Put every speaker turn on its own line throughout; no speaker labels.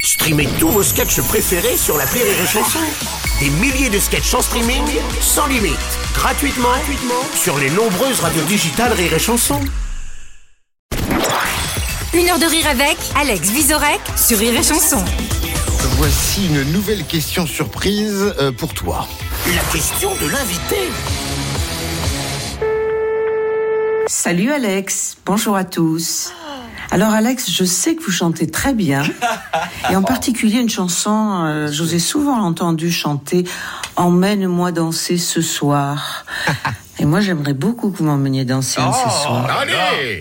Streamez tous vos sketchs préférés sur la Rire et Chanson. Des milliers de sketchs en streaming, sans limite, gratuitement, gratuitement sur les nombreuses radios digitales Rire et Chanson.
Une heure de rire avec Alex Visorek sur Rire et Chanson.
Voici une nouvelle question surprise euh, pour toi.
La question de l'invité.
Salut Alex, bonjour à tous. Alors Alex, je sais que vous chantez très bien, et en particulier une chanson, euh, je vous ai souvent entendu chanter Emmène-moi danser ce soir. Et moi j'aimerais beaucoup que vous m'emmeniez danser un ce soir.
Allez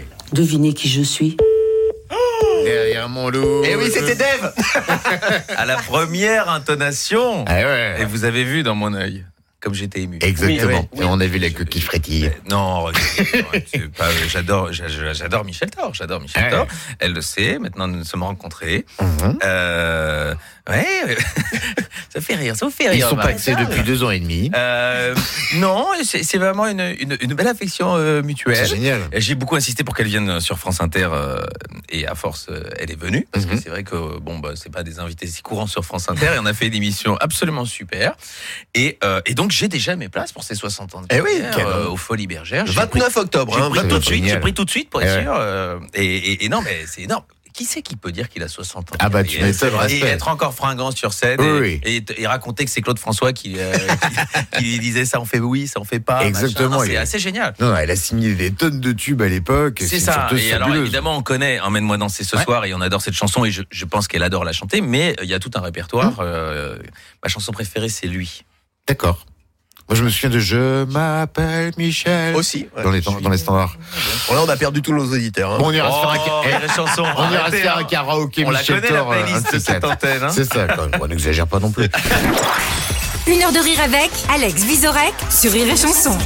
Ah.
Devinez qui je suis
Derrière mon loup.
Eh oui, c'était Dave À la première intonation.
Eh ouais.
Et vous avez vu dans mon œil, comme j'étais ému.
Exactement.
Oui, oui.
Et on a vu la queue qui frétille.
Non, c'est- c'est pas- euh, j'adore, j'a- j'a- j'adore Michel Thor, j'adore Michel
Ouais. Mhm.
Thor. Elle le sait. Maintenant, nous nous sommes rencontrés. Euh, ouais, ouais. ça fait rire, Ah, bah, ça vous fait rire.
Ils sont pas
Marie.
axés depuis deux ans et demi.
Euh, non, c'est c'est vraiment une, une- une belle affection euh,
C'est
mutuelle.
génial.
J'ai beaucoup insisté pour qu'elle vienne sur France Inter euh, et à force euh, elle est venue parce que
Mhm.
c'est vrai que bon bah c'est pas des invités si courants sur France Inter et on a fait une émission absolument super et, euh, et donc j'ai déjà mes places pour ces 60 ans de
Eh oui,
carrière,
canon.
euh, au Folies Bergères.
Le
J'ai
29
pris-
octobre,
J'ai
hein,
pris
vous
tout de
avez
suite.
génial.
J'ai pris tout de suite pour
Eh
être
ouais.
sûr. euh, et, et- et non mais c'est énorme. Qui c'est qui peut dire qu'il a 60 ans
Ah bah, tu
Et-
m'étonnes,
Et
respect.
être encore fringant sur scène et-
Oui, oui.
Et, et raconter que c'est Claude François qui, euh, qui, qui disait ça on fait oui, ça on fait pas. machin.
Exactement,
Non,
il
C'est
est-
assez génial.
Non, non, elle a signé des tonnes de tubes à l'époque.
C'est
une
ça.
chanteuse
Et alors
fabuleuse.
évidemment, on connaît Emmène-moi danser ce
Ouais.
soir et on adore cette chanson et je, je pense qu'elle adore la chanter, mais il y a tout un répertoire.
Mmh.
euh, ma chanson préférée, c'est lui.
D'accord. Moi, je me souviens de Je m'appelle Michel.
Aussi. ouais.
Dans les, dans les standards.
Bon, là, on a perdu tous nos auditeurs. hein.
Bon, on ira se faire
Oh,
un, eh,
la chanson.
on ira se
arrêtez,
faire
hein.
un karaoké,
On la
Michel
connaît la
Thor, euh,
playlist
un
de
de ces
cette
quatre.
antenne. hein.
C'est ça, quand même. On n'exagère pas non plus.
Une heure de rire avec Alex Visorek sur Rire et Chanson.